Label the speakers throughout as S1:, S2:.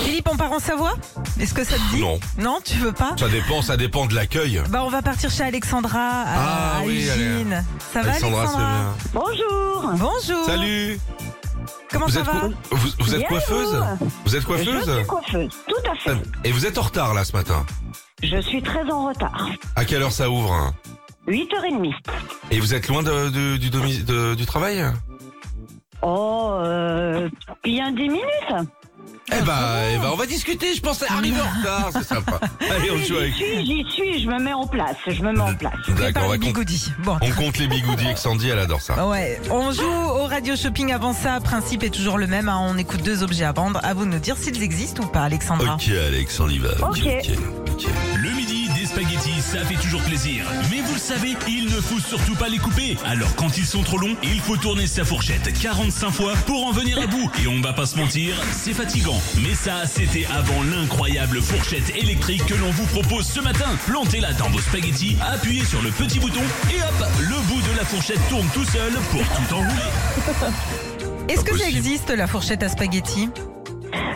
S1: Philippe, on part en Savoie Est-ce que ça te dit
S2: Non.
S1: Non, tu veux pas
S2: Ça dépend, ça dépend de l'accueil.
S1: Bah, on va partir chez Alexandra à,
S2: Ah
S1: à
S2: oui,
S1: Ugine. Ça va,
S2: Alexandra,
S1: Alexandra,
S2: c'est
S3: Bonjour.
S1: Bonjour.
S2: bien. Salut.
S1: Comment
S2: vous
S1: ça
S2: êtes
S1: va
S2: cou- vous, vous êtes
S3: Bien,
S2: coiffeuse
S3: et
S2: Vous êtes coiffeuse Ah.
S3: Je suis coiffeuse, tout à fait.
S2: Et vous êtes en retard là ce matin.
S3: Je suis très en retard.
S2: À quelle heure ça ouvre hein
S3: 8h30.
S2: Et vous êtes loin de- de- du, domi- de- du travail
S3: Oh, euh, bien 10 minutes.
S2: eh bah, eh bah, on va discuter, je pensais arriver en retard, c'est sympa. Allez, on joue
S3: J'y
S2: avec.
S3: suis, j'y suis, je me mets en place, je me mets en place.
S1: Et
S2: D'accord,
S1: par
S2: on,
S1: le
S2: va compter-
S1: bigoudi. Bon.
S2: on compte les bigoudis avec Sandy, elle adore ça.
S1: Ouais, on joue au radio shopping avant ça. Principe est toujours le même. hein. On écoute deux objets à vendre. À vous de nous dire s'ils existent ou pas, Alexandra.
S2: Ok, Alex, on y va.
S3: Ok.
S2: ok.
S4: Le midi, des spaghettis, ça fait toujours plaisir. Mais vous le savez, il ne faut surtout pas les couper. Alors quand ils sont trop longs, il faut tourner sa fourchette 45 fois pour en venir à bout. Et on va pas se mentir, c'est fatigant. Mais ça, c'était avant l'incroyable fourchette électrique que l'on vous propose ce matin. Plantez-la dans vos spaghettis, appuyez sur le petit bouton et hop, le bout de la fourchette tourne tout seul pour tout enrouler.
S1: Est-ce que ça
S2: possible.
S1: existe la fourchette à spaghettis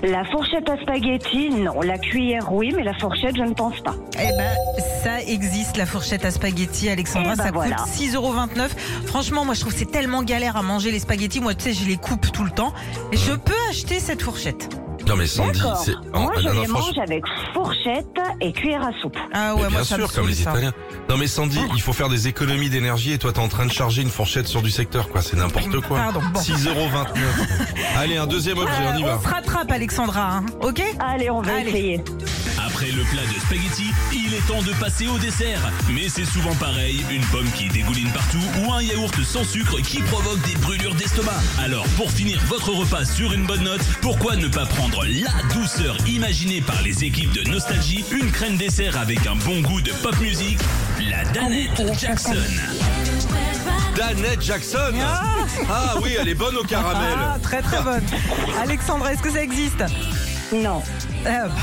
S3: La fourchette à spaghetti, non. La cuillère, oui, mais la fourchette, je ne pense pas.
S1: Eh ben, ça existe la fourchette à spaghettis, Alexandra.
S3: Eh ben
S1: ça
S3: voilà.
S1: coûte 6,29€. Franchement, moi, je trouve que c'est tellement galère à manger les spaghettis. Moi, tu sais, je les coupe tout le temps. Et je peux acheter cette fourchette.
S2: Non mais Sandy,
S3: D'accord.
S2: c'est... oh,
S3: Moi, je
S2: non, non,
S3: les
S2: franchement-
S3: mange avec fourchette et cuillère à soupe.
S1: Ah
S2: Mais
S1: ouais, moi,
S2: bien
S1: ça me
S2: sûr, comme
S1: saoule,
S2: les
S1: ça. Oh.
S2: Italiens. Non mais Sandy, il faut faire des économies d'énergie et toi t'es en train de charger une fourchette sur du secteur quoi, c'est n'importe quoi.
S1: Pardon, bon.
S2: 6,29€. Allez, un deuxième objet, on y
S1: Euh,
S2: va.
S1: on se rattrape, Alexandra. hein. Ok
S3: Allez, on va
S1: Allez.
S3: essayer.
S4: Après le plat de spaghetti, il est temps de passer au dessert. Mais c'est souvent pareil, une pomme qui dégouline partout ou un yaourt sans sucre qui provoque des brûlures d'estomac. Alors pour finir votre repas sur une bonne note, pourquoi ne pas prendre la douceur imaginée par les équipes de Nostalgie, une crème dessert avec un bon goût de pop music, la Danette Jackson.
S2: Danette Jackson Ah oui, elle est bonne au caramel.
S1: Ah, très très bonne. Alexandra, est-ce que ça existe
S3: Non.
S1: Euh, bah,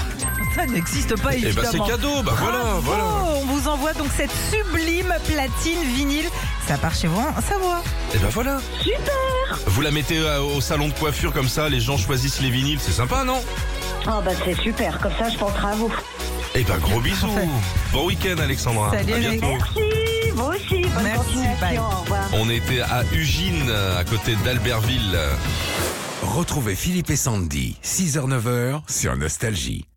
S1: ça n'existe pas
S2: Eh ben
S1: évidemment. Ah,
S2: c'est cadeau, bah voilà,
S1: Bravo
S2: voilà.
S1: On vous envoie donc cette sublime platine vinyle. Ça part chez vous en Savoie.
S2: Et ben voilà. Super Vous la mettez euh, au salon de coiffure comme ça, les gens choisissent les vinyles, c'est sympa non
S3: Ah, bah, c'est super. Comme ça, je penserai à vous.
S2: Eh ben gros bisous.
S1: Parfait.
S2: Bon week-end Alexandra.
S1: Salut,
S2: à bientôt.
S1: Alex.
S3: Merci. Vous aussi. Bonne
S1: Merci,
S3: continuation.
S1: bye.
S3: Au revoir.
S2: On était à Ugine, à côté d'Albertville.
S5: Retrouvez Philippe et Sandy, 6h-9h sur Nostalgie.